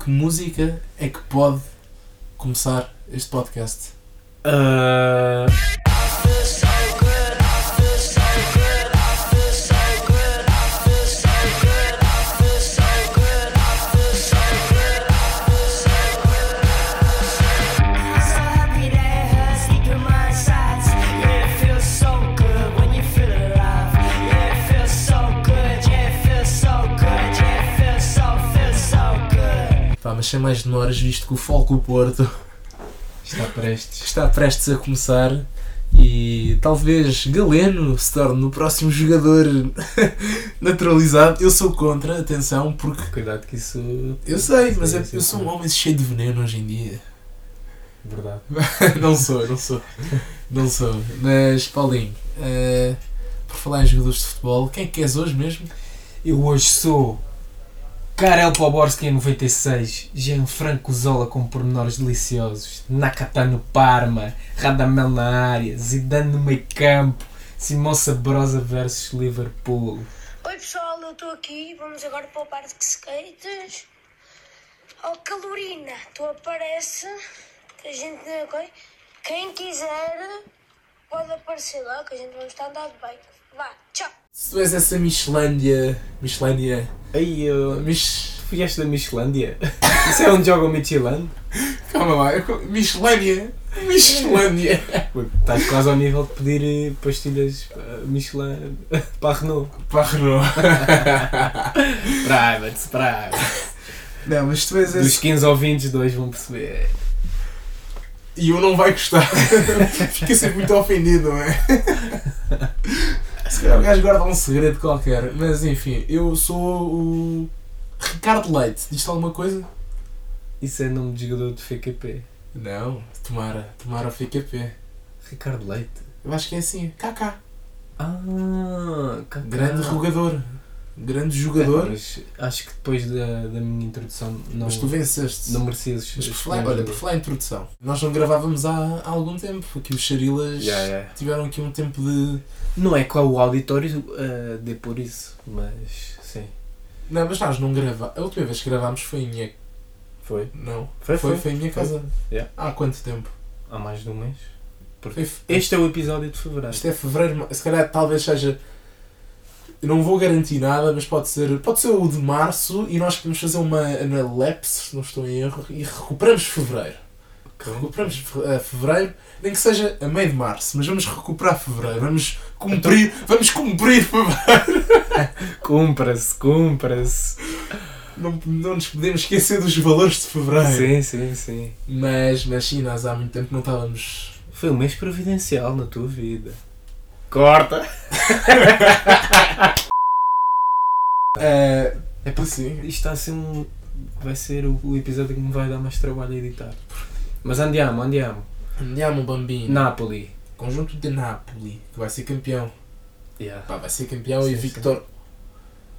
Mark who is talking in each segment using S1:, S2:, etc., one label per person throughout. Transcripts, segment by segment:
S1: que música é que pode começar este podcast?
S2: Ah,
S1: Pá, mas sem mais demoras, visto que o Foco Porto
S3: Está prestes.
S1: está prestes a começar e talvez Galeno se torne o próximo jogador naturalizado. Eu sou contra, atenção, porque
S3: Cuidado que isso.
S1: eu sei, mas é- eu sou um homem cheio de veneno hoje em dia.
S3: é Verdade.
S1: não sou, não sou. Não sou. Mas, Paulinho, eh, por falar em jogadores de futebol, quem é que és hoje mesmo?
S3: Eu hoje sou. Karel Poborski em 96, Gianfranco Zola com pormenores deliciosos, Nakata no Parma, Radamel na área, Zidane no meio campo, Simão Sabrosa versus Liverpool.
S4: Oi pessoal, eu estou aqui. Vamos agora para o parque de skates. Oh, Calorina, tu aparece. Que a gente. ok? Quem quiser pode aparecer lá, que a gente vai estar a andar de bike. Vá, tchau!
S1: Se tu és essa Michelândia. Michelândia.
S3: Aí eu.
S1: Mich...
S3: Vieste eh, da Michelândia? Isso é onde joga o Michelândia?
S1: Calma lá, eu co- Michelândia. Michelândia.
S3: Estás quase ao nível de pedir eh, pastilhas eh, Michelin para a Renault.
S1: Pá, não.
S3: Private, private.
S1: Não, mas tu és
S3: Dos
S1: essa.
S3: 15 ouvintes, dois vão perceber. É,
S1: E eu não vai gostar. Fica sempre muito ofendido, não é? Se calhar o gajo guarda um segredo qualquer. Mas enfim, eu sou o. Ricardo Leite. Diz-te alguma coisa?
S3: Isso é nome de jogador do FKP.
S1: Não, tomara, tomara o FKP.
S3: Ricardo Leite.
S1: Eu acho que é assim, KK.
S3: Ah, cacá.
S1: Grande jogador. Grande
S3: É,
S1: jogador.
S3: mas acho que depois da, da minha introdução não,
S1: Mas tu venceste.
S3: não merecias.
S1: Mas por falar, olha, por falar em introdução, nós não gravávamos há, há algum tempo. Aqui os Charilas
S3: Yeah, yeah.
S1: tiveram aqui um tempo de.
S3: Não é que o auditório ah, dê por isso, mas sim.
S1: Não, mas nós não gravámos. A última vez que gravámos foi em minha.
S3: Foi.
S1: Não.
S3: Foi,
S1: Foi, foi em minha casa.
S3: Yeah.
S1: Há quanto tempo?
S3: Há mais de um mês.
S1: Foi f-
S3: Este é o episódio de fevereiro.
S1: Isto é fevereiro, ma- se calhar talvez seja. eu Não vou garantir nada, mas pode ser, pode ser o de março e nós podemos fazer uma analepse, se não estou em erro, e recuperamos fevereiro. Recuperamos fe- eh, fevereiro, nem que seja a meio de março, mas vamos recuperar fevereiro, vamos cumprir,
S3: Então-
S1: vamos cumprir fevereiro.
S3: Cumpra-se, cumpra-se.
S1: Não, não nos podemos esquecer dos valores de fevereiro.
S3: Sim, sim, sim.
S1: Mas, mas sim, nós há muito tempo não estávamos.
S3: Foi um mês providencial na tua vida. Corta!
S1: eh, é para sim.
S3: Isto está a ser um. Vai ser o, o episódio que me vai dar mais trabalho a editar. Mas andiamo, andiamo.
S1: Andiamo Bambino,
S3: Napoli.
S1: conjunto de Napoli, que vai ser campeão.
S3: Yeah.
S1: Pá, vai ser campeão e
S3: Sim, sim.
S1: Victor.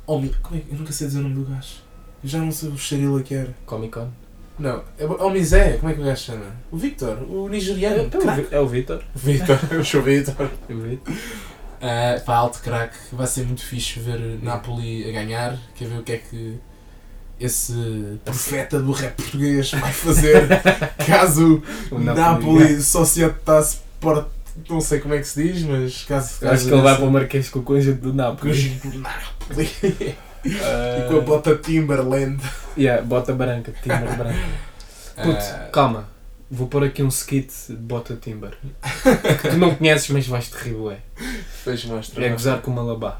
S1: Omi... Como é que... Eu nunca sei dizer o nome do gajo. Eu já não sei o xerila que era.
S3: Comic Con.
S1: Não, é o Omizé, como é que o gajo chama? O Victor, o
S3: É,
S1: nigeriano.
S3: o Vi- é o Vitor.
S1: Victor, eu sou Então, o Victor.
S3: É o Vitor.
S1: Ah, pá, alto craque, vai ser muito fixe ver Napoli a ganhar. Quer ver o que é que esse profeta do rap português vai fazer caso
S3: O
S1: o Napoli Societas Sport. Não sei como é que se diz, mas caso. assim,
S3: Acho que ele vai para o Marquês com o conjunto do Napoli.
S1: o Napoli.
S3: Ah,
S1: E com a bota Timberland.
S3: yeah, bota branca, timber branca.
S1: Ah,
S3: Puto, calma. Vou pôr aqui um skit de bota timber. que tu não conheces, mas vais-te rir, ué.
S1: Depois mostra.
S3: É gozar com uma labá.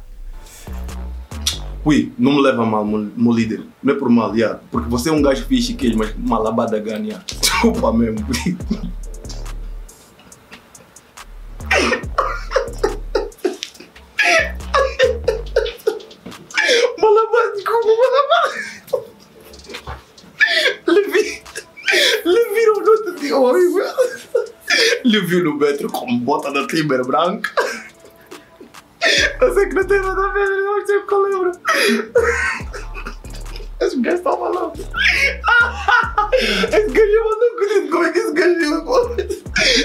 S5: Ui, não me leva a mal, meu meu líder. Não é por mal, já. Porque você é um gajo fixe que ele, mas malabada ganha. já. Desculpa mesmo. malabada, desculpa, malabada. Levi. Levi não nota de horrível. Levi no metro com bota da Timber branca. Eu sei que não tem nada a ver, eu não sei o que eu lembro. Esse gajo tá maluco. Esse gajo é maluco. Como é que esse gajo é maluco?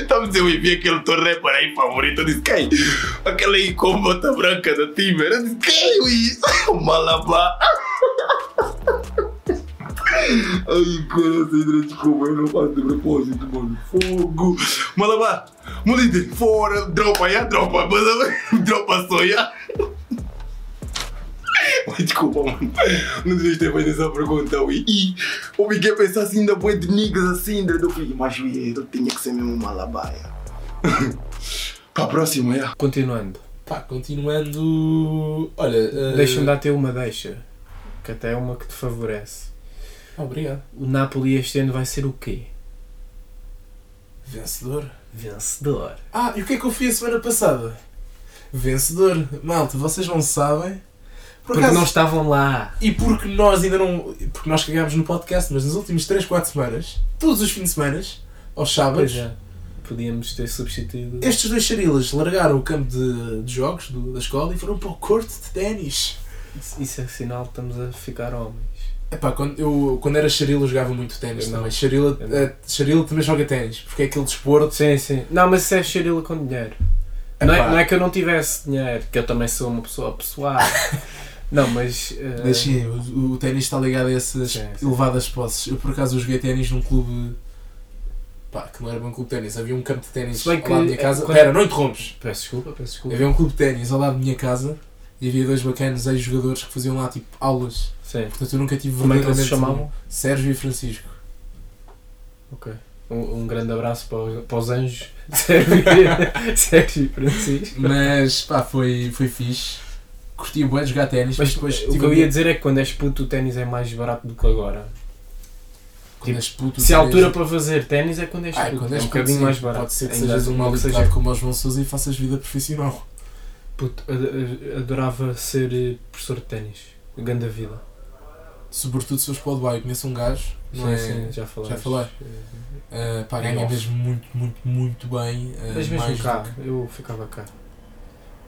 S5: Tá me dizendo, eu vi aquele teu rapper aí favorito. Eu disse, quem? Aquele aí com bota branca da é Timber. Eu disse, quem? Ui, O Malabá. Ai, cara, essa hidra de como eu não faço de propósito, mano. Fogo. Malabar, Molide, fora, dropa, já, dropa, Malabar, dropa só, já. Desculpa, mano. Não devias ter feito essa pergunta, ui. E obriguei a pensar assim, da boa de niggas assim, da eu falei, mas ui, eu tinha que ser mesmo um malabar, já. Para a próxima, é. já.
S3: Continuando.
S1: Pá, continuando. Olha. eh,
S3: Deixa-me dar-te uma deixa. Que até é uma que te favorece.
S1: Obrigado.
S3: O Napoli este ano vai ser o quê?
S1: Vencedor.
S3: Vencedor.
S1: Ah, e o que é que eu fui a semana passada? Vencedor. Malta, vocês não sabem. Por
S3: Porque
S1: acaso,
S3: não estavam lá.
S1: E porque nós ainda não. Porque nós cagámos no podcast, mas nos últimos 3, 4 semanas, todos os fins de semana, aos sábados,
S3: Pois é. Podíamos ter substituído.
S1: estes dois charilas largaram o campo de, de jogos do- da escola e foram para o corte de ténis.
S3: Isso é sinal que estamos a ficar homens.
S1: Epá, quando, eu, quando era charila eu jogava muito ténis
S3: Eu não.
S1: também. Charila,
S3: Eu não.
S1: eh, charila também joga ténis, porque é aquele desporto.
S3: Sim, sim. Não, mas isso é xerila com dinheiro. Não é, não é que eu não tivesse dinheiro, que eu também sou uma pessoa pessoal. não, mas. eh,
S1: Mas sim, o, o ténis está ligado a essas
S3: Sim, sim.
S1: elevadas posses. Eu por acaso eu joguei ténis num clube. pá, que não era bem um clube de ténis. Havia um campo de ténis
S3: Se
S1: ao
S3: bem
S1: lado
S3: que-
S1: da minha casa.
S3: quando-
S1: Espera, não interrompes!
S3: Peço desculpa, peço desculpa.
S1: Havia um clube de ténis ao lado da minha casa e havia dois bacanas ex-jogadores que faziam lá tipo aulas.
S3: Sim.
S1: Portanto eu nunca tive
S3: Como é que eles se
S1: verdadeiramente-
S3: chamavam?
S1: Sérgio e Francisco.
S3: Um, um grande abraço para os, para os anjos. Sérgio Sérgio e Francisco.
S1: Mas pá, foi, foi fixe. Curti bem jogar ténis, mas
S3: Mas
S1: depois
S3: o que eu ia dizer é que quando és puto o ténis é mais barato do que agora. tipo, Se a altura para fazer ténis é quando és
S1: Ah,
S3: puto,
S1: quando
S3: é
S1: és
S3: um bocadinho mais barato.
S1: Pode ser que
S3: Ainda
S1: sejas um
S3: não
S1: mal
S3: que seja-
S1: educado como os João Sousa e faças vida profissional.
S3: Puto, ad- ad- adorava ser eh, professor de ténis. Ganda vida.
S1: Sobretudo se fores para o Dubai. Eu conheço um gajo, não
S3: sim,
S1: é?
S3: sim, assim, já falaste. Eh,
S1: já falei. Ah, pá, ganha
S3: Off.
S1: mesmo muito, muito, muito bem. ah,
S3: Mas
S1: mais
S3: mesmo
S1: do
S3: cá,
S1: que-
S3: eu ficava cá.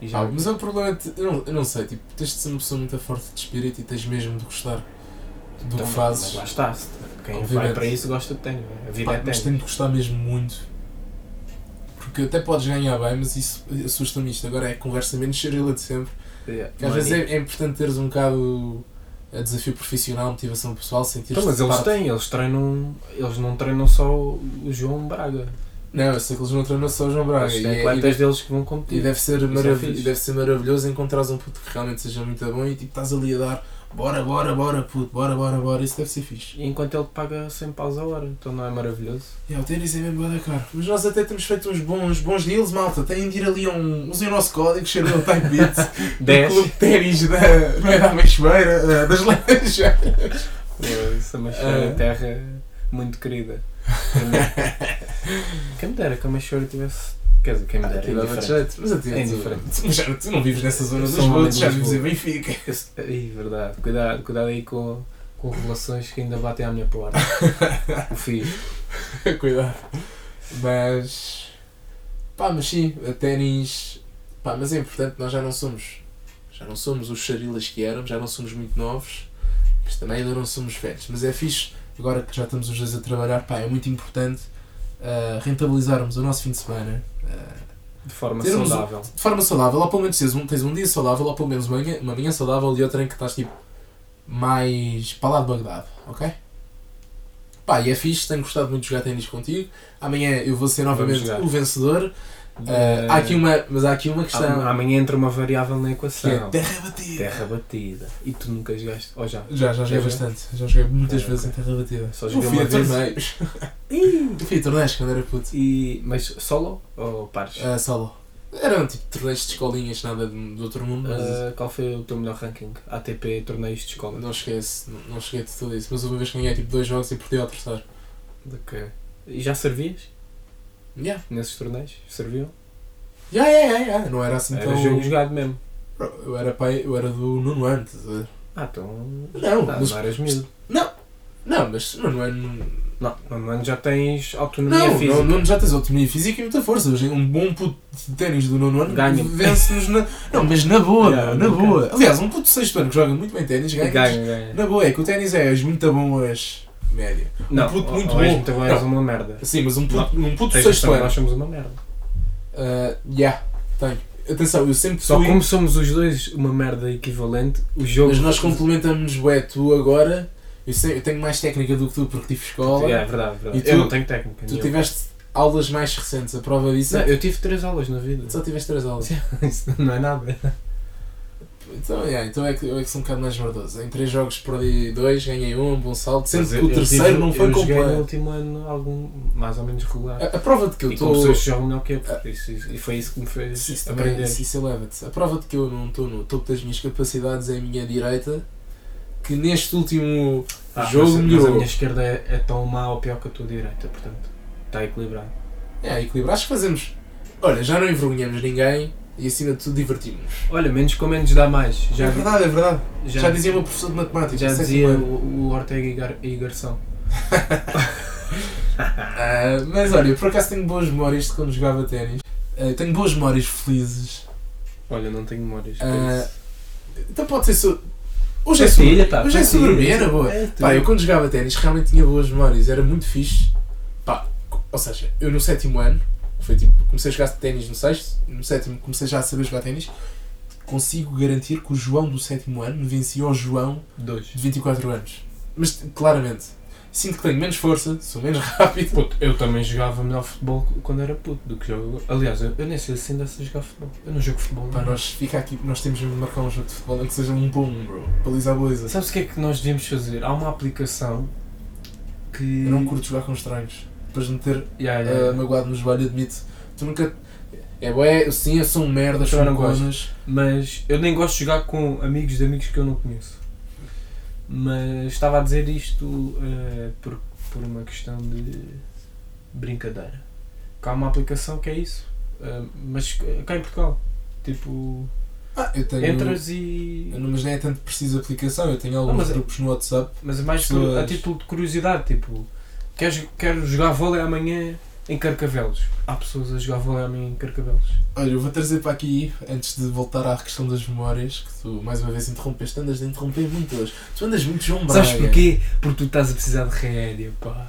S3: E já.
S1: Ah, mas é o problema, é que- eu não, eu não sei, tipo, tens de ser uma pessoa muito forte de espírito e tens mesmo de gostar do
S3: Então,
S1: que
S3: mas
S1: fazes.
S3: Lá está. se- Quem
S1: Obviamente.
S3: vai para isso gosta de ténis. né? A vida
S1: Pá,
S3: é
S1: mas
S3: ténis.
S1: tem de gostar mesmo muito. Porque até podes ganhar bem, mas isso assusta-me isto. Agora é a conversa menos charila de sempre.
S3: Yeah.
S1: Que às vezes é, é importante teres um bocado a desafio profissional, motivação pessoal, sentir-te.
S3: Então, mas eles
S1: parte-
S3: têm, eles treinam, eles não treinam só o o João Braga.
S1: Não, eu sei que eles não treinam só o João Braga.
S3: Eles
S1: E,
S3: têm
S1: é- e
S3: atletas
S1: deve,
S3: deles que vão
S1: e
S3: competir.
S1: deve ser
S3: é
S1: marav-
S3: fixe.
S1: e deve ser maravilhoso encontrares um puto que realmente seja muito bom e tipo estás ali a dar bora, bora, bora, puto, bora, bora, bora. Isso deve ser fixe.
S3: E enquanto ele paga 100 paus a hora, então não é maravilhoso?
S1: E o ténis é mesmo bué da caro. Mas nós até temos feito uns bons, bons deals, malta. Têm de ir ali a um. Usem o nosso código, cheiro ao Type Beats. O
S3: 10?
S1: clube de ténis da. Não é da Meixoeira, ah, das Laranjeiras.
S3: Isso é uma
S1: Ah.
S3: terra muito querida. quem me dera que a Machora tivesse. Quer dizer, quem me
S1: Ah,
S3: dera, é
S1: aquilo dava
S3: indiferente.
S1: jeito, Mas até
S3: É indiferente.
S1: tu, já, tu não vives nessa zona
S3: Eu
S1: dos
S3: sou um homem
S1: Botos,
S3: de
S1: já vives em
S3: Lisboa.
S1: Benfica.
S3: Eu se- Ai, verdade. Cuidado, cuidado aí com, com relações que ainda batem à minha porta. o fiz.
S1: Cuidado. Mas. Pá, mas sim, a ténis. Pá, mas é importante, nós já não somos. Já não somos os charilas que éramos, já não somos muito novos, mas também ainda não somos velhos. Mas é fixe, agora que já estamos os dois a trabalhar, pá, é muito importante ah, rentabilizarmos o nosso fim de semana. ah,
S3: De forma
S1: Termos-
S3: saudável.
S1: de forma saudável, ou pelo menos tens um, tens um dia saudável, ou pelo menos uma manhã, uma manhã saudável e outra em que estás tipo mais para lá de Bagdade, ok? Pá, e é fixe, tenho gostado muito de jogar ténis contigo. Amanhã eu vou ser novamente
S3: jogar.
S1: o vencedor. Ah, há aqui uma, mas há aqui uma questão
S3: Am- Amanhã entra uma variável na
S1: que é
S3: equação.
S1: terra batida.
S3: Terra batida. E tu nunca jogaste. Ou já?
S1: Já, já joguei
S3: Já jogaste?
S1: bastante, já joguei muitas
S3: Ah,
S1: vezes
S3: ok.
S1: em terra batida.
S3: Só
S1: Eu
S3: joguei
S1: fui
S3: uma
S1: a
S3: vez.
S1: torneios. Eu fui a torneios quando era puto.
S3: E, mas solo ou pares?
S1: Ah, solo. Eram tipo torneios de escolinhas, nada de, do outro mundo, mas
S3: Ah, qual foi o teu melhor ranking? ATP torneios de escola.
S1: Não esquece, não- não cheguei de tudo isso, mas uma vez que ganhei tipo dois jogos e perdi ao terceiro.
S3: Ok. E já servias
S1: Yeah,
S3: nesses torneios? Serviam?
S1: yeah, yeah, yeah, yeah. não era assim
S3: Era
S1: tão.
S3: jogo jogado mesmo.
S1: Bro, Eu era pai, eu era do nono ano, estás a ver?
S3: Ah, então.
S1: Não,
S3: Ah,
S1: mas-
S3: não eras miúdo.
S1: Não, mas nono ano.
S3: Não, mano, já tens autonomia
S1: Não,
S3: física.
S1: não, nono já tens autonomia física e muita força. Hoje um bom puto de ténis do nono ano
S3: Ganha.
S1: vence-nos na. Não, mas na boa,
S3: Yeah,
S1: na
S3: ok.
S1: boa. Aliás, um puto de sexto ano que joga muito bem ténis ganha.
S3: Ganha, ganha.
S1: Na boa, é que o ténis é és muito bom ou és médio.
S3: Não,
S1: um puto
S3: ou-
S1: muito
S3: ou és
S1: bom.
S3: muito bom, és
S1: Não.
S3: então uma merda.
S1: Sim, mas um puto, um puto de
S3: Tens
S1: sexto
S3: razão,
S1: ano.
S3: nós somos uma merda.
S1: Ah, yeah, tenho. Atenção, eu sempre
S3: Só
S1: fui-
S3: como somos os dois uma merda equivalente, o jogo.
S1: Mas nós complementamos-nos, ué, tu agora Eu, sei- eu tenho mais técnica do que tu porque tive escola.
S3: É, é verdade, é verdade.
S1: E tu-
S3: eu não tenho
S1: Tu
S3: técnica. nenhuma.
S1: tiveste aulas mais recentes, a prova disso
S3: Não,
S1: é
S3: eu tive três aulas na vida.
S1: que só tiveste três aulas.
S6: Isso não é nada.
S1: Então, yeah, então é que, eu é que sou um bocado mais verdoso. Em três jogos perdi dois, ganhei um, bom salto, sendo
S3: Mas
S1: que
S3: eu-
S1: o
S3: eu
S1: terceiro
S3: tive-
S1: não foi
S3: eu joguei no
S1: completo.
S3: último ano algum, mais ou menos regular.
S1: A, a prova de que eu
S3: e
S1: estou.
S3: como pessoas jogam melhor que eu, porque isso- e foi isso que me fez
S1: Isso, isso também,
S3: aprender.
S1: isso, isso eleva-te. A prova de que eu não estou no topo das minhas capacidades é a minha direita, que neste último
S3: Ah,
S1: jogo
S3: mas, mas a
S1: melhorou.
S3: minha esquerda é, é tão má ou pior que a tua direita, portanto, está equilibrado.
S1: É, equilíbrio. Acho que fazemos. Olha, já não envergonhamos ninguém e acima de tudo divertimos.
S3: Olha, menos com menos dá mais. Já,
S1: é verdade, é verdade. Já,
S3: já,
S1: dizia uma professora de matemática.
S3: já
S1: sei
S3: dizia
S1: como é.
S3: o, o Ortega e, Gar, e Garção.
S1: Ah, mas olha, eu por acaso tenho boas memórias de quando jogava ténis. Ah, tenho boas memórias felizes.
S3: Olha, não tenho memórias. para
S1: Ah,
S3: isso.
S1: então pode ser. So... Hoje é
S3: Partilha,
S1: sobre.
S3: pá,
S1: Hoje é
S3: partilha.
S1: sobremesa, na boa.
S3: É, tu-
S1: Pá, eu quando jogava ténis realmente tinha boas memórias, era muito fixe. Pá, ou seja, eu no sétimo ano, foi tipo, comecei a jogar ténis no sexto, no sétimo comecei já a saber jogar ténis. Consigo garantir que o João do sétimo ano me vencia ao João
S3: Dois.
S1: de 24 anos. Mas claramente, sinto que tenho menos força, sou menos rápido.
S3: Puto, eu também jogava melhor futebol quando era puto do que jogo. agora. Aliás, eu, eu nem sei se ainda sei jogar futebol. Eu não jogo futebol.
S1: Pá,
S3: não.
S1: nós fica aqui, nós temos de marcar um jogo de futebol em que seja um bom, bro. Baliza a baliza.
S3: Sabes o que é que nós devíamos fazer? Há uma aplicação que.
S1: Eu não curto jogar com estranhos. Depois de me ter
S3: Yeah, yeah,
S1: ah,
S3: yeah.
S1: magoado no joelho, admito. Tu nunca. É bué, eu sim, eu sou um merda,
S3: Eu
S1: sou
S3: também
S1: um
S3: não gosto.
S1: conas.
S3: Mas eu nem gosto de jogar com amigos de amigos que eu não conheço. Mas estava a dizer isto eh, por, por uma questão de brincadeira. Que há uma aplicação que é isso. eh, mas cá em Portugal. Tipo,
S1: Ah, eu tenho.
S3: entras e.
S1: Mas nem é tanto preciso de aplicação, eu tenho alguns
S3: mas é-
S1: grupos no WhatsApp.
S3: Mas é mais por- a
S1: Pessoas.
S3: título de curiosidade. Tipo, queres, quero jogar vôlei amanhã em Carcavelos. Há pessoas a jogar vôlei amanhã em Carcavelos.
S1: Olha, eu vou trazer para aqui, antes de voltar à questão das memórias, que tu mais uma vez interrompeste, andas de interromper muito hoje. Tu andas muito João Braga.
S3: Sabes porquê? Porque tu estás a precisar de rédea, pá.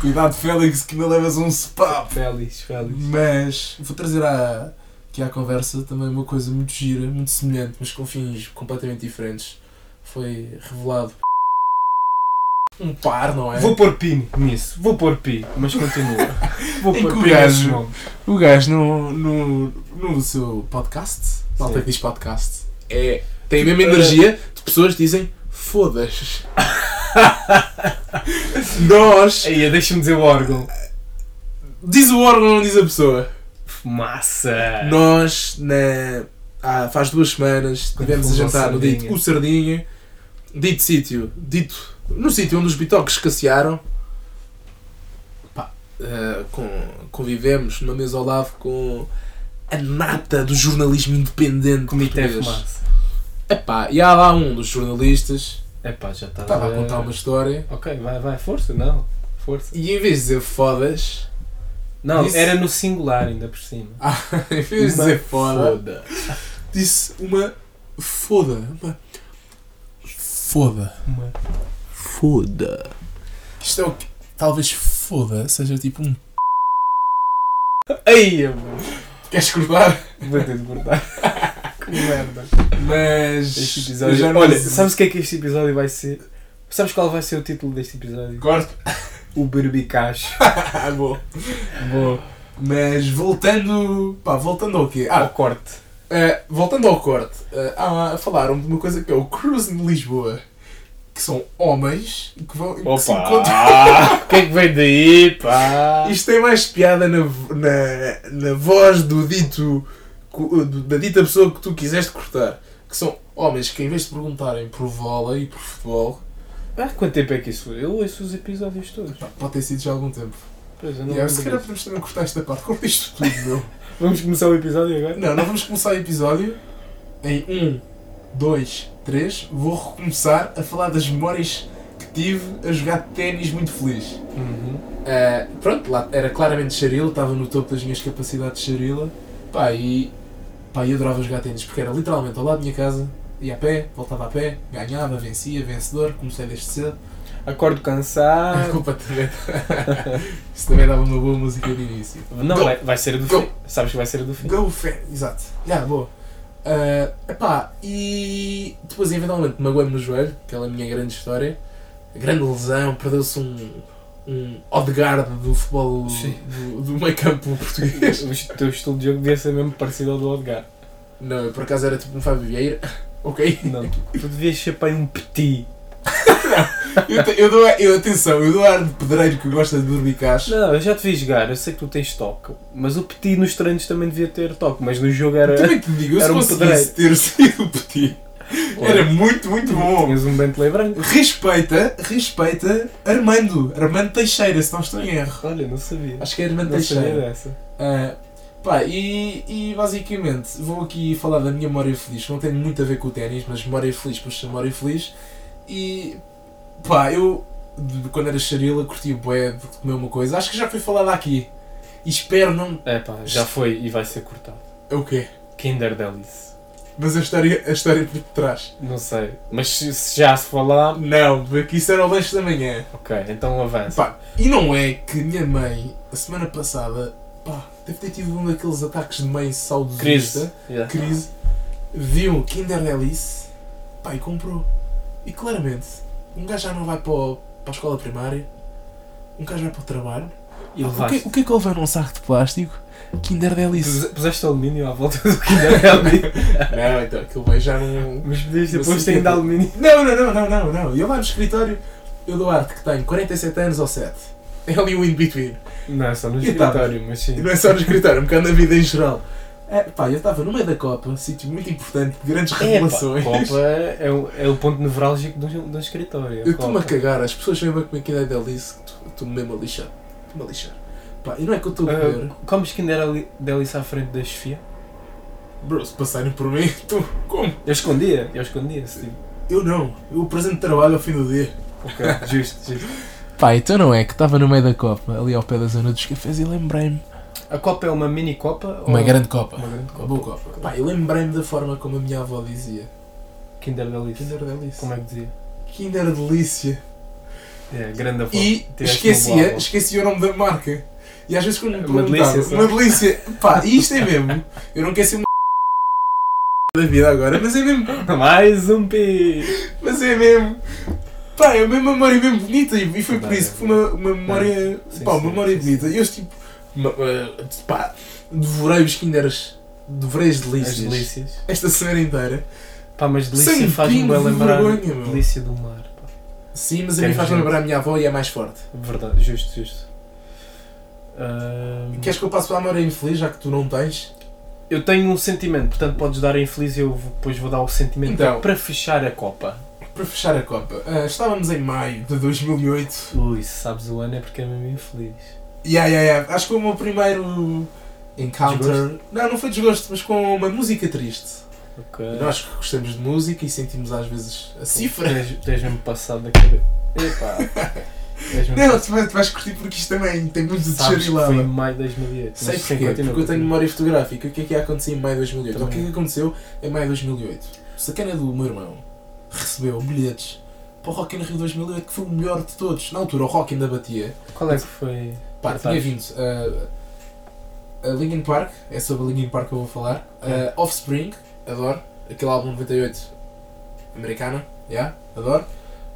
S1: Cuidado, Félix, que me levas um spap.
S3: Félix, Félix.
S1: Mas vou trazer à, aqui à conversa também uma coisa muito gira, muito semelhante, mas com fins completamente diferentes. Foi revelado um par, não é?
S3: Vou pôr pi nisso, vou pôr pi, mas continua. Vou
S1: Em
S3: pôr
S1: que o
S3: pi
S1: gajo-
S3: nesses nomes.
S1: O gajo no, no, no seu podcast, malta
S3: Sim. eh,
S1: que diz podcast, é, tem a mesma energia de pessoas que dizem fodas. Nós.
S3: Aí, deixa-me dizer o órgão.
S1: Diz o órgão, não diz a pessoa.
S3: Fumaça!
S1: Nós, na, há- faz duas semanas,
S3: Quando
S1: tivemos a
S3: fomos ao
S1: jantar no
S3: Sardinha.
S1: dito O Sardinha, dito sítio, dito no sítio onde os bitoques escassearam. Pá, eh, com- convivemos numa mesa ao lado com a nata do jornalismo independente
S3: Comitê
S1: português.
S3: Fumaça.
S1: Epá, e há lá um dos jornalistas
S3: Epá, já estás
S1: estava a contar
S3: Eh.
S1: uma história
S3: Ok, vai, vai, força, não. Força.
S1: e em vez de dizer fodas,
S3: Não,
S1: Isso-
S3: era no singular ainda por cima.
S1: ah, em vez de
S3: Uma
S1: dizer foda, disse uma foda. Uma foda.
S3: Uma-
S1: Foda. Isto é o que. Talvez foda seja tipo um.
S3: Ai, amor.
S1: Queres cortar?
S3: Vou ter de cortar. que merda.
S1: Mas.
S3: Este
S1: eu já
S3: episódio.
S1: não-
S3: Olha, sabes o que é que este episódio vai ser? Sabes qual vai ser o título deste episódio?
S1: Corto.
S3: O Berbicacho.
S1: Ah, bom. Bom. Mas voltando. Pá, voltando ao quê?
S3: Ao
S1: Ah,
S3: corte.
S1: eh, voltando ao corte. eh, ah, falaram de uma coisa que é o Cruise de Lisboa. Que são homens que vão. Que se encontram.
S3: O que é que vem daí, pá?
S1: Isto tem mais piada na, na, na voz do dito cu- do- da dita pessoa que tu quiseste cortar. Que são homens que em vez de perguntarem por vola e por futebol,
S3: Há quanto tempo é que isso foi? Eu ouço os episódios todos.
S1: pá, pode ter sido já há algum tempo.
S3: Pois, eu
S1: E
S3: não
S1: eu,
S3: lembro
S1: se calhar
S3: disso.
S1: podemos também cortar esta parte. Corta isto tudo, meu.
S3: Vamos começar o episódio agora?
S1: Não, nós vamos começar o episódio em 1, 2, 3. Vou recomeçar a falar das memórias que tive a jogar ténis muito feliz.
S3: Uhum.
S1: Ah, pronto, lá era claramente Xarila, estava no topo das minhas capacidades de Xarila. Pá, e. Pá, eu adorava jogar ténis, porque era literalmente ao lado da minha casa, ia a pé, voltava a pé, ganhava, vencia, vencedor, comecei desde cedo.
S3: Acordo
S1: Ah,
S3: cansado.
S1: culpa também. Isso também dava uma boa música de início.
S3: Não,
S1: Go.
S3: vai, vai ser do
S1: Go.
S3: fim. Sabes que vai ser do fim.
S1: Go Fé, exato. Já, boa. Eh, Ah, epá, e depois eventualmente magoei-me no joelho, aquela minha grande história. grande lesão, perdeu-se um, um Odegaard do futebol
S3: Sim.
S1: do, do meio campo português.
S3: O teu estilo de jogo devia ser mesmo parecido ao do Odgar.
S1: Não, eu por acaso era tipo um Fábio Vieira. Ok?
S3: Não, tu, tu devias ser para aí um petit.
S1: Eu, te- eu dou, eu, atenção, eu dou ar de pedreiro que gosta de dormir cacho.
S3: Não, eu já te vi jogar, eu sei que tu tens toque, mas o petit nos treinos também devia ter toque, mas no jogo era.
S1: Também te digo, eu se
S3: era um
S1: conseguisse ter sido petit, era muito, muito bom.
S3: Tinhas um Bentley branco.
S1: Respeita, respeita Armando. Armando Teixeira, se não estou em erro.
S3: Olha, não sabia.
S1: Acho que é Armando
S3: não sabia
S1: Teixeira.
S3: dessa.
S1: Ah, pá, e, e basicamente vou aqui falar da minha memória feliz, que não tem muito a ver com o ténis, mas memória feliz, puxa, memória feliz. E pá, eu de- quando era charila curti o bué de comer uma coisa, acho que já foi falado aqui. E espero não.
S3: É pá, já foi e vai ser cortado.
S1: É o quê?
S3: Kinder Delice.
S1: Mas a história, a história por trás.
S3: Não sei, mas se, se já se falar,
S1: Não, porque isso era o lanche da manhã.
S3: ok, então avança.
S1: Pá, e não é que minha mãe, a semana passada, pá, deve ter tido um daqueles ataques de mãe saudosista.
S3: Crise. Yeah.
S1: crise, viu o Kinder Delice, pá, e comprou. E claramente, um gajo já não vai para, o- para a escola primária, um gajo vai para o trabalho.
S3: E
S1: Ah, o,
S3: levaste.
S1: que, o que é que ele vai num saco de plástico? Kinder Delice.
S3: Puse- Puseste alumínio à volta do Kinder Delice.
S1: não, então, aquilo vai já num...
S3: mas podias ter
S1: Não
S3: posto
S1: sei o
S3: ainda
S1: quê.
S3: alumínio.
S1: Não, não, não, não, não, não. Eu lá no escritório, eu dou arte que tenho 47 anos ou 7. É ali o in-between.
S3: Não, é só no
S1: E
S3: escritório, mas
S1: E
S3: sim.
S1: não é só no escritório, é um bocado na vida em geral. É, pá, eu estava no meio da Copa, sítio muito importante, de grandes revelações.
S3: Copa é, o- é o ponto nevrálgico de um, de um escritório. a
S1: Eu estou-me a
S3: Copa.
S1: cagar, as pessoas vêm ver comigo que é delice, que estou-me mesmo a lixar. Estou-me a lixar. Pá, e não é que eu estou a comer.
S3: Ah, comes Kinder Ali- Delice à frente da chefia?
S1: Bro, se passarem por mim, tu como?
S3: Eu escondia, eu escondia esse tipo.
S1: Eu não. Eu apresento trabalho ao fim do dia.
S3: Ok, justo, justo.
S1: Pá, então não é que estava no meio da copa, ali ao pé da zona dos cafés, e lembrei-me.
S3: A Copa é uma mini Copa?
S1: Uma
S3: ou-
S1: grande copa.
S3: Uma grande
S1: Uma
S3: Copa.
S1: Oh. boa copa. Pá, e lembrei-me da forma como a minha avó dizia.
S3: Kinder Delice.
S1: Kinder Delícia.
S3: Como é que dizia?
S1: Kinder Delícia.
S3: É, grande avó.
S1: E
S3: Tiveste uma boa
S1: esquecia,
S3: avó.
S1: esquecia o nome da marca. E às vezes quando me
S3: É uma
S1: perguntavam,
S3: delícia,
S1: uma delícia. Pá, e isto é mesmo. Eu não quero ser uma da vida agora, mas é mesmo
S3: Mais um pi!
S1: Mas é mesmo. Pá, é uma memória bem bonita e e foi por
S3: Bem,
S1: isso que foi uma, uma memória.
S3: Sim,
S1: pá,
S3: sim,
S1: uma memória
S3: sim, sim.
S1: bonita. E eu tipo. ma- eh, Pá, devorei os Kinders. Devorei as
S3: As
S1: delícias.
S3: delícias.
S1: Esta semana inteira.
S3: Pá, mas delícia
S1: Sem
S3: faz-me
S1: pingo
S3: bem
S1: de
S3: lembrar.
S1: vergonha, meu.
S3: delícia do mar. pá.
S1: Sim, mas a
S3: Tem
S1: mim faz
S3: gente.
S1: lembrar a minha avó e é mais forte.
S3: Verdade, justo, justo. Ahm,
S1: Queres que eu passe para a memória infeliz, já que tu não tens?
S3: Eu tenho um sentimento, portanto podes dar a infeliz e eu vou- depois vou dar o sentimento
S1: Então.
S3: para fechar a Copa.
S1: Para fechar a Copa, ah, estávamos em maio de 2008.
S3: Ui, se sabes o ano é porque é mesmo infeliz.
S1: Yeah, yeah, yeah. Acho que foi o meu primeiro encounter.
S3: Desgosto? É.
S1: Não, não foi desgosto, mas com uma música triste.
S3: Ok.
S1: E Nós que gostamos de música e sentimos às vezes a cifra.
S3: Tens, tens mesmo passado da cabeça. Epá. Tens mesmo
S1: Não, tu vais, tu vais curtir porque isto também tem muito de
S3: Sabes que foi em
S1: descharilada.
S3: maio de 2008.
S1: Sei
S3: Mas sim,
S1: porquê,
S3: continua,
S1: porque eu tenho
S3: continua.
S1: memória fotográfica. O que é que ia acontecer em maio de 2008?
S3: Também.
S1: O que é que aconteceu em maio de 2008? O sacana do meu irmão recebeu bilhetes para o Rock in Rio 2008, que foi o melhor de todos. Na altura, o Rock ainda batia.
S3: Qual é que foi?
S1: Pá, tinha
S3: Cartaz.
S1: vindo Ah, a, a Linkin Park, é sobre a Linkin Park que eu vou falar.
S3: É.
S1: A Offspring, adoro. Aquele álbum 98 americana, yeah, adoro.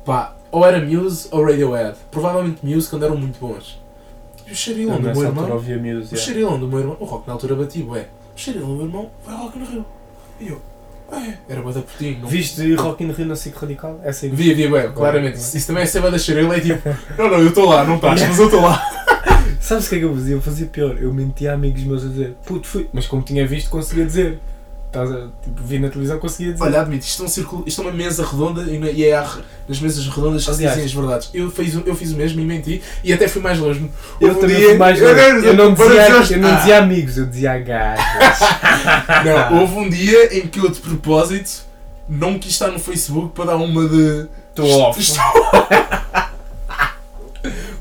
S1: Pá, ou era Muse ou Radiohead. Provavelmente Muse quando eram muito bons. E o xerilão do meu
S3: Nessa altura
S1: irmão.
S3: ouvi a
S1: O
S3: Muse.
S1: xerilão do meu irmão. O rock na altura bati, ué. O xerilão do meu irmão vai ao Rock no Rio. E eu, ué, era bué da putinho. não-
S3: Viste Rock in Rio na Cic Radical? Essa aí.
S1: Vi, vi, ué, claramente. Isso isso também é ceba da xerila é tipo, não, não, eu estou lá, não estás, mas eu estou lá.
S3: Sabes o que é que eu fazia? Eu fazia pior. Eu mentia a amigos meus a dizer, puto, fui. Mas como tinha visto, conseguia dizer. Estás a- tipo, vi na televisão, conseguia dizer.
S1: Olha, admito, isto é, um círculo, isto é uma mesa redonda e, na- e é a, nas mesas redondas que se
S3: Aliás.
S1: dizem as verdades. Eu fiz, o- eu fiz o mesmo e menti e até fui mais longe.
S3: Eu
S1: Houve um
S3: também
S1: dia-
S3: fui mais longe. Eu não
S1: Para-
S3: dizia, eu não dizia amigos, eu dizia gajas.
S1: Não, houve um dia em que eu de propósito não quis estar no Facebook para dar uma de.
S3: Estou off.
S1: Isto-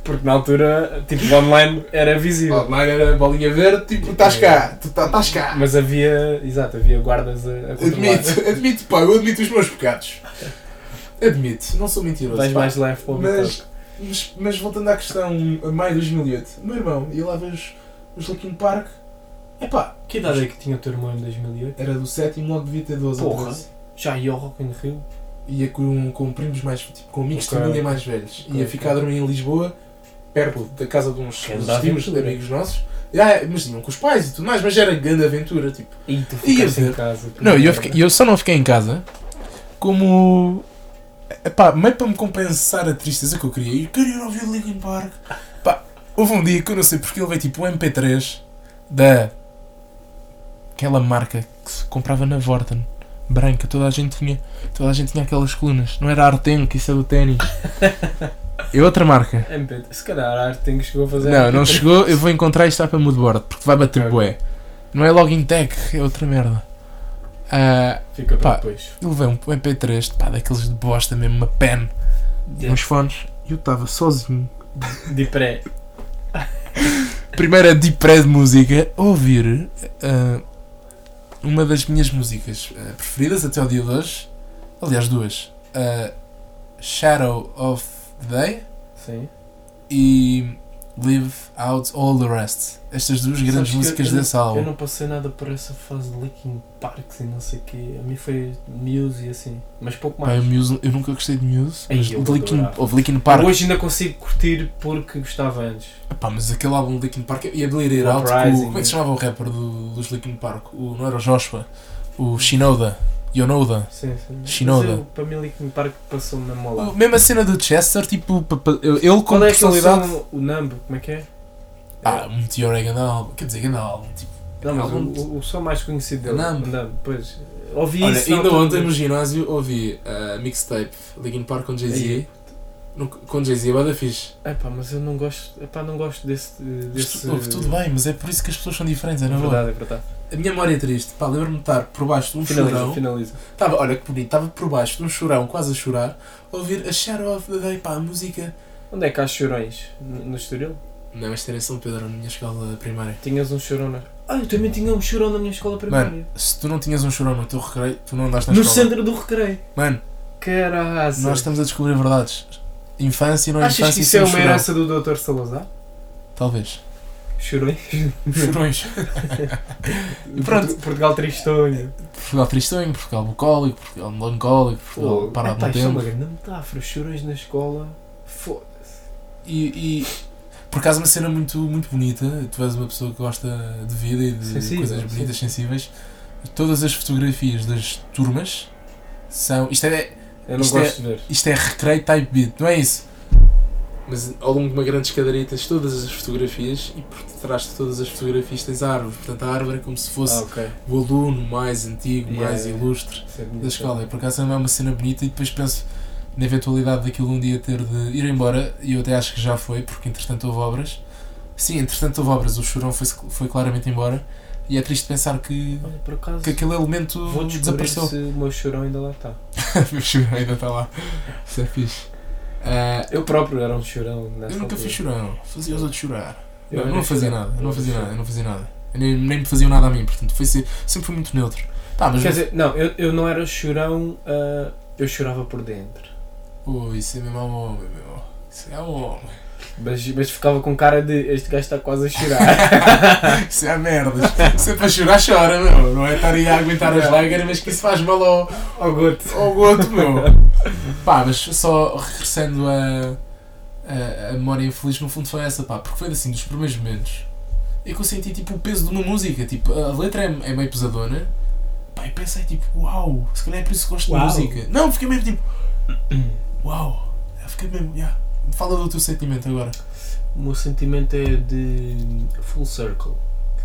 S3: Porque na altura, tipo, online era visível.
S1: Online era bolinha verde, tipo, estás cá, tu tá- estás cá.
S3: Mas havia, exato, havia guardas a, a controlar.
S1: Admito, admito, pá, eu admito os meus pecados. Admito, não sou mentiroso.
S3: Vais
S1: pá.
S3: mais leve para o Vitor.
S1: Mas, mas, mas voltando à questão, a maio de 2008, o meu irmão ia lá ver os, os Linkin Park. Epá,
S3: Que idade é que tinha o teu irmão em 2008?
S1: era do sétimo, logo devia ter 12 ou
S3: Porra.
S1: 13.
S3: Já ia ao Rock in Rio?
S1: ia com, com primos mais, tipo, com amigos
S3: Ok.
S1: de família mais velhos.
S3: Ok,
S1: Ia ficar a dormir em Lisboa, perto da casa de uns,
S3: Que
S1: uns
S3: andava
S1: primos de
S3: aventura.
S1: amigos nossos. Ah, é, mas iam com os pais e tudo mais, mas era grande aventura, tipo.
S3: E tu
S1: Ia
S3: ficaste em
S1: ver.
S3: casa.
S1: Não, eu, fiquei- eu só não fiquei em casa como. Epá, meio para me compensar a tristeza que eu queria. Eu queria ir ouvir Linkin Park. Pá, houve um dia que eu não sei porque ele veio tipo um MP3 da. aquela marca que se comprava na Vorten. Branca, toda a gente tinha. Toda a gente tinha aquelas colunas. Não era Arten, que isso é do ténis. É outra marca.
S3: MP, se calhar a Arting chegou a fazer.
S1: Não, não
S3: MP3.
S1: chegou. Eu vou encontrar isto lá para moodboard, porque vai bater
S3: Ok.
S1: bué. Não é Login Tech, é outra merda. Ah,
S3: Fica
S1: Pá.
S3: para depois.
S1: eu levei um MP3, pá, daqueles de bosta mesmo, uma pen, uns fones, e eu estava sozinho.
S3: De pré.
S1: Primeira deep pré de música, a ouvir ah, uma das minhas músicas ah, preferidas até ao dia de hoje, aliás, duas: ah, Shadow of the Day
S3: Sim.
S1: e Live Out All the Rest. Estas duas
S3: Sabes
S1: grandes
S3: que
S1: músicas
S3: eu não-
S1: desse
S3: Eu
S1: álbum.
S3: não passei nada por essa fase de Linkin Parks e não sei o quê. A mim foi Muse e assim. Mas pouco
S1: Pá, é um
S3: mais.
S1: eu, Muse- eu nunca gostei de Muse,
S3: Ei,
S1: mas
S3: eu
S1: de Linkin,
S3: adorava.
S1: houve Linkin Park.
S3: Hoje ainda consigo curtir porque gostava antes.
S1: Pá, mas aquele álbum do Linkin Park e a Billy Ray Out,
S3: Uprising.
S1: como é que se chamava o rapper do- dos Linkin Park? O, não era o Joshua? O Shinoda? Yonoda?
S3: Sim, sim. Mas
S1: Shinoda.
S3: eu, Para mim, Linkin Park passou mesmo ao
S1: O-
S3: lado.
S1: Mesmo a cena do Chester, tipo, pa- pa- eu- ele com
S3: Qual é aquele
S1: personalidade.
S3: som? O Numb, como é que é?
S1: Ah, Meteor é grande álbum, quer dizer, grande álbum. Tipo,
S3: Não, mas
S1: Algum-
S3: o, o, o som mais conhecido dele.
S1: Numb.
S3: Numb, pois. Ouvi
S1: olha,
S3: isso. na
S1: ainda
S3: altura
S1: ontem
S3: do-
S1: no ginásio ouvi a mixtape Linkin Park com Jay-Z.
S3: Aí.
S1: No- Com Jay-Z, bada fixe.
S3: Epá, É mas eu não gosto, epá, não gosto desse. desse...
S1: Ouve, Tudo bem, mas é por isso que as pessoas são diferentes, é
S3: É
S1: na boa.
S3: verdade, é verdade.
S1: A minha memória é triste, pá, lembro-me de estar por baixo de um
S3: Finaliza,
S1: chorão.
S3: finaliza.
S1: Tava, olha que bonito, estava por baixo de um chorão, quase a chorar, a ouvir a Shadow of the Day, pá, a música.
S3: Onde é que há chorões? No, no Estoril?
S1: Não, isto era em São Pedro, na minha escola primária.
S3: Tinhas um chorão na. Ah, eu também tinha um chorão na minha escola primária.
S1: Mano, se tu não tinhas um chorão no teu recreio, tu não andaste na
S3: no
S1: escola.
S3: centro do recreio.
S1: Mano,
S3: Caralho.
S1: nós estamos a descobrir verdades. Infância e não
S3: Achas que
S1: infância
S3: isso é
S1: sem
S3: uma
S1: chorão.
S3: herança do Dr. Salazar?
S1: Talvez.
S3: Chorões?
S1: Chorões. Pronto.
S3: Portu- Portugal tristonho.
S1: Portugal tristonho, Portugal bucólico, Portugal melancólico, Portugal parado
S3: Epá,
S1: no
S3: isto é uma
S1: tempo.
S3: grande metáfora. Chorões na escola. Foda-se.
S1: E, e por acaso é uma cena muito, muito bonita, tu és uma pessoa que gosta de vida e de
S3: Sensível,
S1: coisas
S3: sim.
S1: bonitas, sensíveis, todas as fotografias das turmas são. Isto é,
S3: Eu não
S1: Isto
S3: gosto de ver.
S1: isto é recreio type beat, não é isso? Mas ao longo de uma grande escadaria tens todas as fotografias e por detrás de todas as fotografias tens a árvore. Portanto, a árvore é como se
S3: Ah,
S1: fosse
S3: ok.
S1: o aluno mais antigo,
S3: Yeah,
S1: mais
S3: yeah.
S1: ilustre
S3: Isso é bonito.
S1: da escola. E por acaso é uma cena bonita e depois penso na eventualidade daquilo um dia ter de ir embora e eu até acho que já foi, porque entretanto houve obras. Sim, entretanto houve obras, o chorão foi, foi claramente embora e é triste pensar que,
S3: Olha, por acaso.
S1: que aquele elemento
S3: Vou descobrir
S1: desapareceu.
S3: se o meu chorão ainda lá está.
S1: Meu chorão ainda está lá. Isso é fixe. Ah,
S3: Eu próprio era um chorão nessa
S1: Eu nunca
S3: altura.
S1: fiz chorão, fazia os outros chorar.
S3: Eu
S1: Não, eu
S3: era
S1: não fazia
S3: chorão.
S1: nada, eu não
S3: Eu
S1: fazia
S3: era
S1: nada, eu não fazia nada. Eu nem, nem me faziam nada a mim, portanto, foi se- sempre fui muito neutro. Pá, mas.
S3: Quer dizer, não, eu, eu não era chorão, ah, eu chorava por dentro.
S1: Pô, isso é mesmo homem, meu. Isso é homem.
S3: Mas, mas ficava com cara de este gajo está quase a chorar.
S1: Isso é merdas. Se é para chorar, chora, meu. Não é estar aí a aguentar as lágrimas que isso faz mal ao,
S3: Ó goto.
S1: ao goto, meu. Pá, mas só regressando a, a, a memória infeliz, no fundo foi essa, pá, porque foi assim, dos primeiros momentos em que eu senti tipo o peso de uma música, tipo, a letra é, é meio pesadona, pá, e pensei tipo, uau, se calhar é por isso que gosto
S3: Uau.
S1: de música. Não, fiquei mesmo tipo, uau, Eu fiquei mesmo, yeah. Fala do teu sentimento agora.
S3: O meu sentimento é de full circle,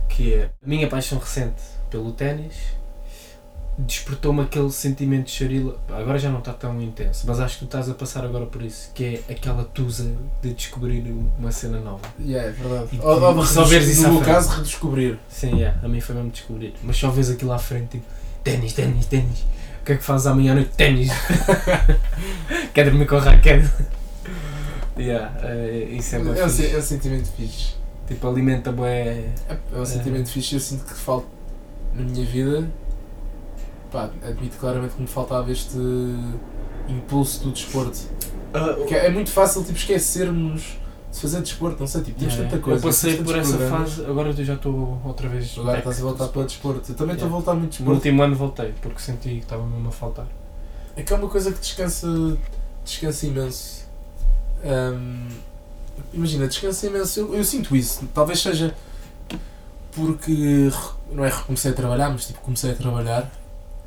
S3: que é a minha paixão recente pelo ténis. Despertou-me aquele sentimento de charila. Agora já não está tão intenso, mas acho que tu estás a passar agora por isso, que é aquela tusa de descobrir uma cena nova.
S1: Yeah, é verdade.
S3: Ou- ou de resolveres isso à
S1: No meu
S3: frente.
S1: caso, redescobrir.
S3: Sim, yeah, a mim foi mesmo descobrir. Mas só vês aquilo à frente, tipo, ténis, ténis, ténis. O que é que fazes amanhã à noite? Ténis! Quer dormir com a raquete? yeah, eh, isso é bem
S1: É um,
S3: fixe.
S1: se- é um sentimento fixe.
S3: Tipo, alimenta bué...
S1: É um sentimento fixe, eu sinto que falta na minha vida. Pá, admito claramente que me faltava este impulso do desporto. Porque é muito fácil tipo, esquecermos de fazer desporto, não sei, tipo, temos
S3: Yeah,
S1: tanta coisa.
S3: É. Eu passei
S1: temos
S3: por
S1: tantos
S3: essa
S1: programas.
S3: fase, É agora eu já estou outra vez...
S1: Agora
S3: back
S1: estás a
S3: to
S1: voltar para o
S3: sports.
S1: desporto. Eu também estou
S3: Yeah.
S1: a voltar muito
S3: No
S1: desporto.
S3: último ano voltei, porque senti que estava mesmo a faltar.
S1: É que é uma coisa que descansa, descansa imenso. Ahm, imagina, descansa imenso. Eu, eu sinto isso. Talvez seja porque re- não é recomecei a trabalhar, mas tipo comecei a trabalhar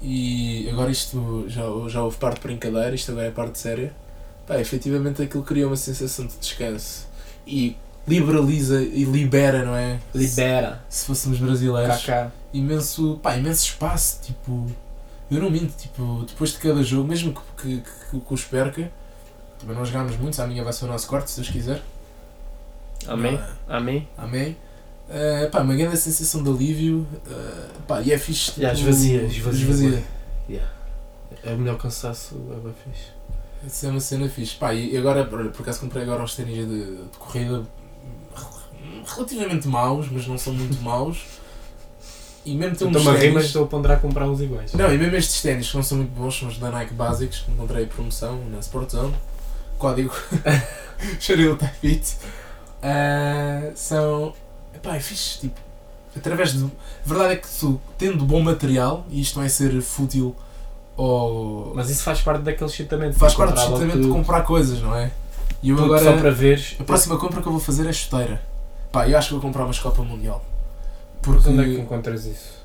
S1: e agora isto já, já houve parte de brincadeira, isto agora é parte séria. Pá, efetivamente aquilo cria uma sensação de descanso e liberaliza e libera, não é?
S3: Libera.
S1: Se fôssemos brasileiros
S3: Kaká.
S1: imenso, pá, imenso espaço, tipo, eu não minto, tipo, depois de cada jogo, mesmo que, que, que, que os perca, também não jogámos muito, amanhã vai ser o nosso corte, se Deus quiser,
S3: Amém?
S1: Não.
S3: Amém?
S1: amém, Eh, pá, uma grande sensação de alívio, eh, pá, e é fixe, tipo,
S3: Já, esvazia, esvazia,
S1: esvazia.
S3: É o melhor cansaço, é bem fixe.
S1: Isso é uma cena fixe, pá, e agora, olha, por acaso comprei agora os ténis de, de corrida, relativamente maus, mas não são muito maus, e mesmo ter
S3: Eu
S1: uns
S3: Estou-me a rir,
S1: ténis-
S3: mas estou a ponderar comprar uns iguais.
S1: Não, e mesmo estes ténis que não são muito bons, são os da Nike básicos, que encontrei promoção na Sportzone, código Charil Fit, Ah, são. Epá, é fixe, tipo. Através de. A verdade é que tu, tendo bom material, e isto não é ser fútil ou.
S3: Mas isso faz parte daquele chitamento.
S1: faz parte do justamente de comprar coisas, não é? E eu
S3: Agora...
S1: agora.
S3: Só para veres.
S1: A próxima compra que eu vou fazer é chuteira. Pá, eu acho que vou comprar uma Copa Mundial. Porque.
S3: Onde é que encontras isso?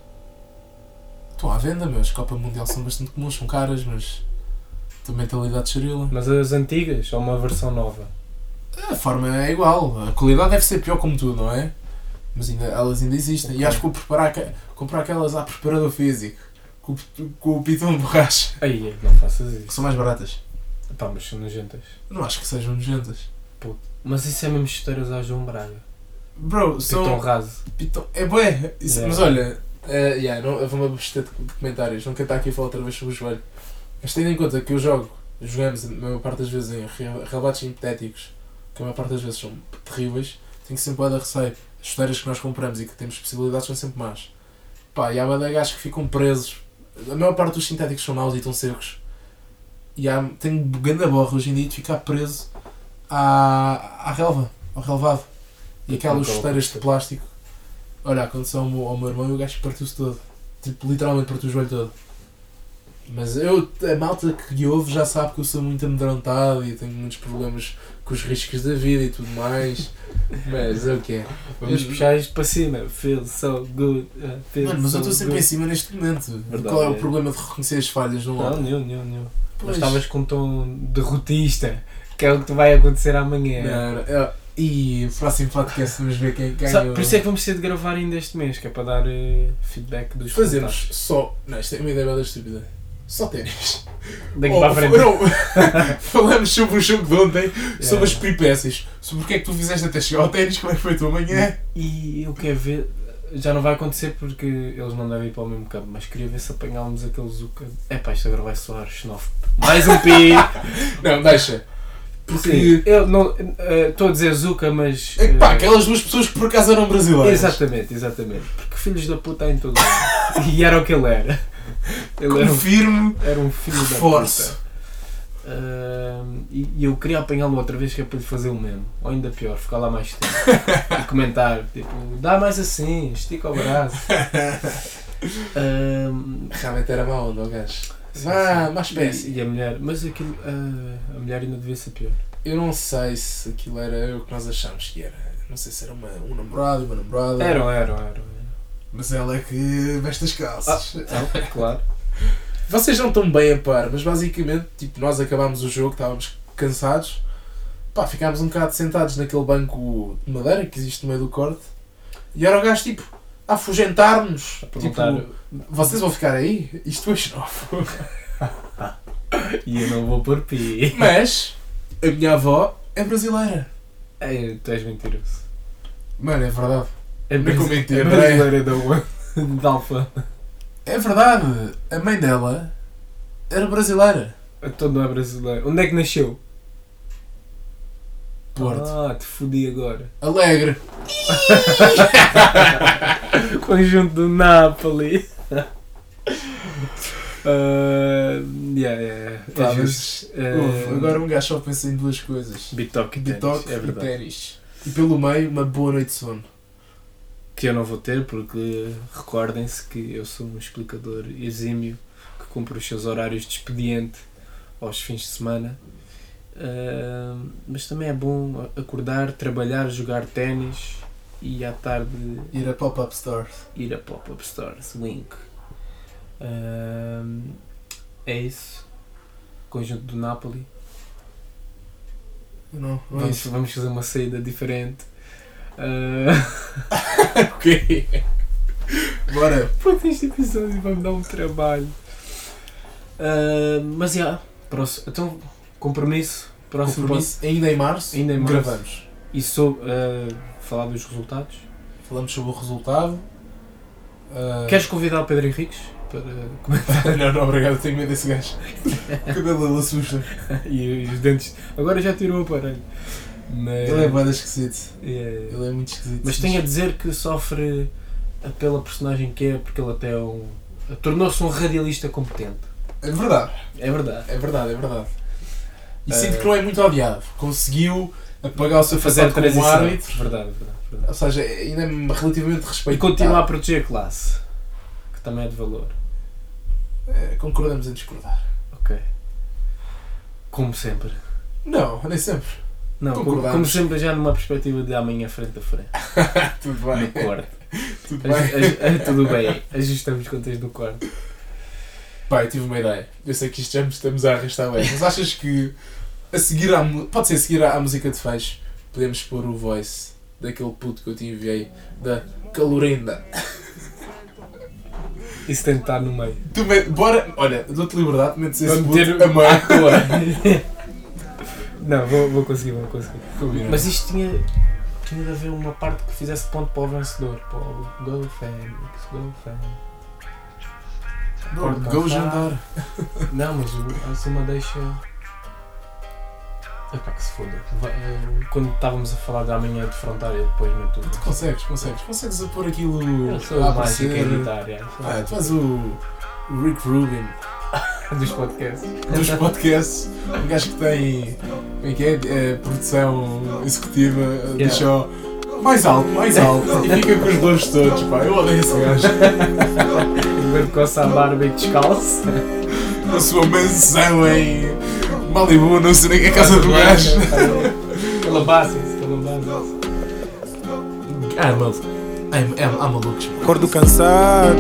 S1: Estão à venda, meu. As Copa Mundial são bastante comuns, são caras, mas. Tua mentalidade de charila.
S3: Mas as antigas ou uma versão nova?
S1: A forma é igual, a qualidade deve ser pior como tudo, não é? Mas ainda, elas ainda existem. E
S3: Ok.
S1: acho que vou preparar, aque- comprar aquelas à preparador físico, com, o pit- com o pitão de borracha.
S3: Aí, não faças
S1: que
S3: isso.
S1: São mais baratas.
S3: Pá, mas são nojentas.
S1: Não acho que sejam nojentas.
S3: Mas isso é mesmo chuteiras ao João Braga.
S1: Bro,
S3: São... Pitão
S1: são.
S3: raso.
S1: Pitão. É bué. Isso-
S3: Yeah.
S1: Mas olha, eh, yeah, não, eu vou-me abster de comentários. Não quero estar aqui a falar outra vez sobre o joelho. Mas tendo em conta que eu jogo, jogamos a maior parte das vezes em re- relevados sintéticos, que a maior parte das vezes são terríveis, tenho sempre a dar receio. As chuteiras que nós compramos e que temos possibilidades são sempre más. Pá, e há bué de gajos que ficam presos. A maior parte dos sintéticos são maus e estão secos. E há, tenho grande borra hoje em dia de ficar preso à, à relva, ao relvado. E aquelas
S3: Nunca o
S1: chuteiras de plástico. Olha, aconteceu ao meu, ao meu irmão e o gajo partiu-se todo. Tipo, literalmente partiu o joelho todo. Mas eu, a malta que ouve já sabe que eu sou muito amedrontado e tenho muitos problemas com os riscos da vida e tudo mais. Mas é o que é.
S3: Vamos
S1: Eu-
S3: puxar isto para cima. Feel so good. uh, feel
S1: Mano, mas eu
S3: so
S1: estou sempre em
S3: good.
S1: cima neste momento.
S3: Verdade,
S1: Qual é
S3: é.
S1: o problema de reconhecer as falhas num
S3: Não,
S1: lado?
S3: não, não, não. Mas
S1: Pois.
S3: estavas com um tom derrotista. Que é o que te vai acontecer amanhã.
S1: Não, não, eu- é, E o próximo podcast vamos ver quem ganha.
S3: Sabe, por isso é que vamos ter de gravar ainda este mês, que é para dar eh, feedback dos
S1: Fazemos
S3: resultados.
S1: só. Não, isto é uma ideia bela estúpida. Só ténis.
S3: Daqui
S1: Ou-
S3: para a frente.
S1: não, falamos sobre o jogo de ontem, sobre as
S3: Yeah.
S1: peripécias, sobre o que é que tu fizeste até chegar ao ténis, como é que foi a tua manhã.
S3: E eu quero ver. Já não vai acontecer porque eles não devem ir para o mesmo campo, mas queria ver se apanhávamos aquele Zuka. Epá, isto agora vai soar xenófobo. Mais um pi!
S1: Não, deixa.
S3: Sim,
S1: Porque.
S3: eu não. eh, Estou a dizer Zuka, mas.
S1: É que pá,
S3: eh,
S1: aquelas duas pessoas que por acaso eram brasileiras.
S3: Exatamente, exatamente. Porque filhos da puta há em todo lado. E era o que ele era. Ele era um,
S1: Confirmo,
S3: era um filho da puta.
S1: reforço.
S3: Ahm, e, e eu queria apanhá-lo outra vez que é para lhe fazer o mesmo. Ou ainda pior, ficar lá mais tempo. e comentar, tipo, dá mais assim, estica o braço. Ahm,
S1: Realmente era mau onda, o gajo.
S3: sim,
S1: Ah,
S3: sim.
S1: mais espécie.
S3: E, e a mulher, mas aquilo, ah, a mulher ainda devia ser pior.
S1: Eu não sei se aquilo era o que nós achámos que era. Não sei se era uma, um namorado, uma namorada.
S3: Eram, eram, eram.
S1: Mas ela é que veste as calças.
S3: Então, claro.
S1: Vocês não estão bem a par, mas basicamente, tipo, nós acabámos o jogo, estávamos cansados. Pá, ficámos um bocado sentados naquele banco de madeira que existe no meio do corte. E era o gajo, tipo, a afugentar-nos.
S3: A
S1: Tipo,
S3: perguntar,
S1: vocês vão ficar aí? Isto é xenófobo.
S3: e eu não vou por pi.
S1: Mas, a minha avó é brasileira.
S3: Ei, tu és mentiroso.
S1: Mano, é verdade.
S3: É
S1: Não
S3: brasi-
S1: comentei,
S3: é
S1: não é?
S3: brasileira da UAM, de Alfa.
S1: É verdade. A mãe dela era brasileira.
S3: Então não é brasileira. Onde é que nasceu?
S1: Porto.
S3: Ah, te fodi agora.
S1: Alegre.
S3: Conjunto do Napoli. Ah, yeah, yeah. É
S1: Pá,
S3: Às
S1: mas,
S3: vezes,
S1: Ouve,
S3: ah,
S1: agora um gajo só pensa em duas coisas.
S3: Bitoque e
S1: Bitoque
S3: ténis, é
S1: e
S3: verdade.
S1: ténis. E pelo meio, uma boa noite de sono.
S3: Que eu não vou ter, porque recordem-se que eu sou um explicador exímio que cumpre os seus horários de expediente aos fins de semana. Ah, mas também é bom acordar, trabalhar, jogar ténis e à tarde
S1: Ir a pop-up stores.
S3: ir a pop-up stores, link. Ah, é isso. Conjunto do Napoli.
S1: Não, não é
S3: Vamos,
S1: isso.
S3: vamos fazer uma saída diferente. Ah,
S1: ok. Bora.
S3: Pronto, este episódio vai me dar um trabalho. Ah, mas já, próximo. Então, compromisso. Próximo compromisso.
S1: Compromisso. Ainda em março,
S3: Ainda em março.
S1: gravamos.
S3: E sobre ah, falar dos resultados.
S1: Falamos sobre o resultado. Ah,
S3: Queres convidar o Pedro Henriques para comentar?
S1: não, não, obrigado, tenho medo desse gajo. O cabelo dele assusta.
S3: e os dentes. Agora já tirou o aparelho. Mas,
S1: Ele é bada esquisito.
S3: é,
S1: Ele é muito esquisito.
S3: mas tem a dizer que sofre pela personagem que é, porque ele até é um. tornou-se um radialista competente.
S1: É verdade,
S3: É verdade.
S1: é verdade, é verdade. E
S3: Ah.
S1: sinto que não é muito odiado. Conseguiu apagar o seu
S3: fazer
S1: fazer como
S3: transição.
S1: árbitro. tá.
S3: Verdade, verdade, verdade.
S1: Ou seja, ainda é relativamente respeitado.
S3: E continua a proteger a classe, que também é de valor.
S1: É, concordamos em discordar.
S3: Ok. Como sempre.
S1: Não, nem sempre.
S3: Não, como,
S1: Concordamos.
S3: como sempre, já numa perspectiva de amanhã frente a frente.
S1: Tudo
S3: No quarto.
S1: Tudo
S3: Aj-
S1: bem.
S3: aj- aj- tudo bem, ajustamos contas no quarto.
S1: Pai, tive uma ideia. Eu sei que isto já estamos a arrastar bem, mas achas que a seguir à mu- pode ser a seguir à, à música de fecho, podemos pôr o voice daquele puto que eu te enviei da Calorenda.
S3: Isso tem de estar no meio.
S1: Tu me- bora, olha, dou-te liberdade, metes esse
S3: Vamos
S1: puto
S3: ter
S1: a
S3: à
S1: meio.
S3: toa. Não, vou, vou conseguir, vou conseguir.
S1: Combinado.
S3: Mas isto tinha, tinha de haver uma parte que fizesse ponto para o vencedor. Para o Go Fênix, Go Fênix.
S1: Bom, Go jantar.
S3: Não, mas o- a Zuma deixa. Epá, que se foda. Vai- eh, Quando estávamos a falar de amanhã defrontar ele depois no tudo.
S1: Tu consegues, consegues. Consegues a pôr aquilo
S3: Eu sou
S1: a
S3: o mágico a
S1: aparecer.
S3: editar, é. Sou
S1: Ah, tu és o o Rick Rubin
S3: É. dos podcasts.
S1: dos podcasts. um gajo que tem. Como é que é? É, produção executiva. Deixa o- mais alto, mais alto. e fica com os louros todos, pá. Eu odeio esse gajo.
S3: Enquanto coça a barba e descalço.
S1: Na sua mansão em Malibu, não sei nem que é a casa do gajo.
S3: Calabasem-se, calabasem-se.
S1: Ah, maluco. É, é, há malucos. pá.
S5: Acordo cansado,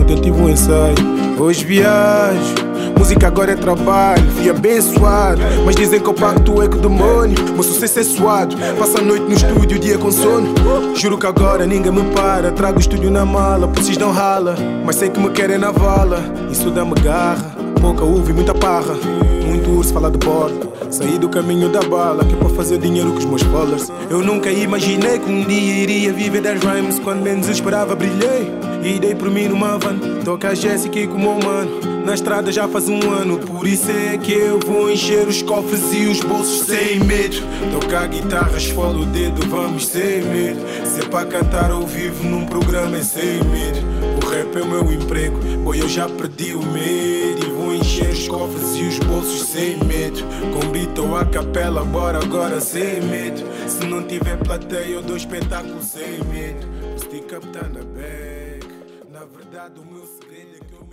S5: ontem eu tive um ensaio. Hoje viajo, música agora é trabalho. Fui abençoado, mas dizem que o pacto é que o demônio. Meu sucesso é suado, passo a noite no estúdio, dia com sono. Juro que agora ninguém me para. Trago o estúdio na mala, por vocês não rala. Mas sei que me querem na vala, isso dá-me garra. Pouca uva e muita parra, muito urso fala de bordo. Saí do caminho da bala, que é para fazer dinheiro com os meus followers. Eu nunca imaginei que um dia iria viver das rhymes. Quando menos esperava, brilhei e dei por mim numa van. Toca a Jéssica e como mano. Na estrada já faz um ano, por isso é que eu vou encher os cofres e os bolsos sem medo. Tocar guitarra, esfola o dedo, vamos sem medo. Se é para cantar ao vivo num programa é sem medo. O rap é o meu emprego, boy eu já perdi o medo E vou encher os cofres e os bolsos sem medo Com beat ou a capela, bora agora sem medo Se não tiver plateia eu dou espetáculo sem medo O stick up tá na bag Na verdade o meu segredo é que eu me